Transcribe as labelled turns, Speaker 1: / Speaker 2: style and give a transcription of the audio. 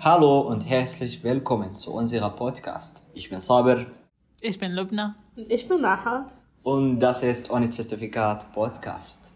Speaker 1: Hallo und herzlich willkommen zu unserer Podcast. Ich bin Saber
Speaker 2: Ich bin Lubna.
Speaker 3: Und ich bin Naha.
Speaker 1: und das ist Ohne Zertifikat Podcast.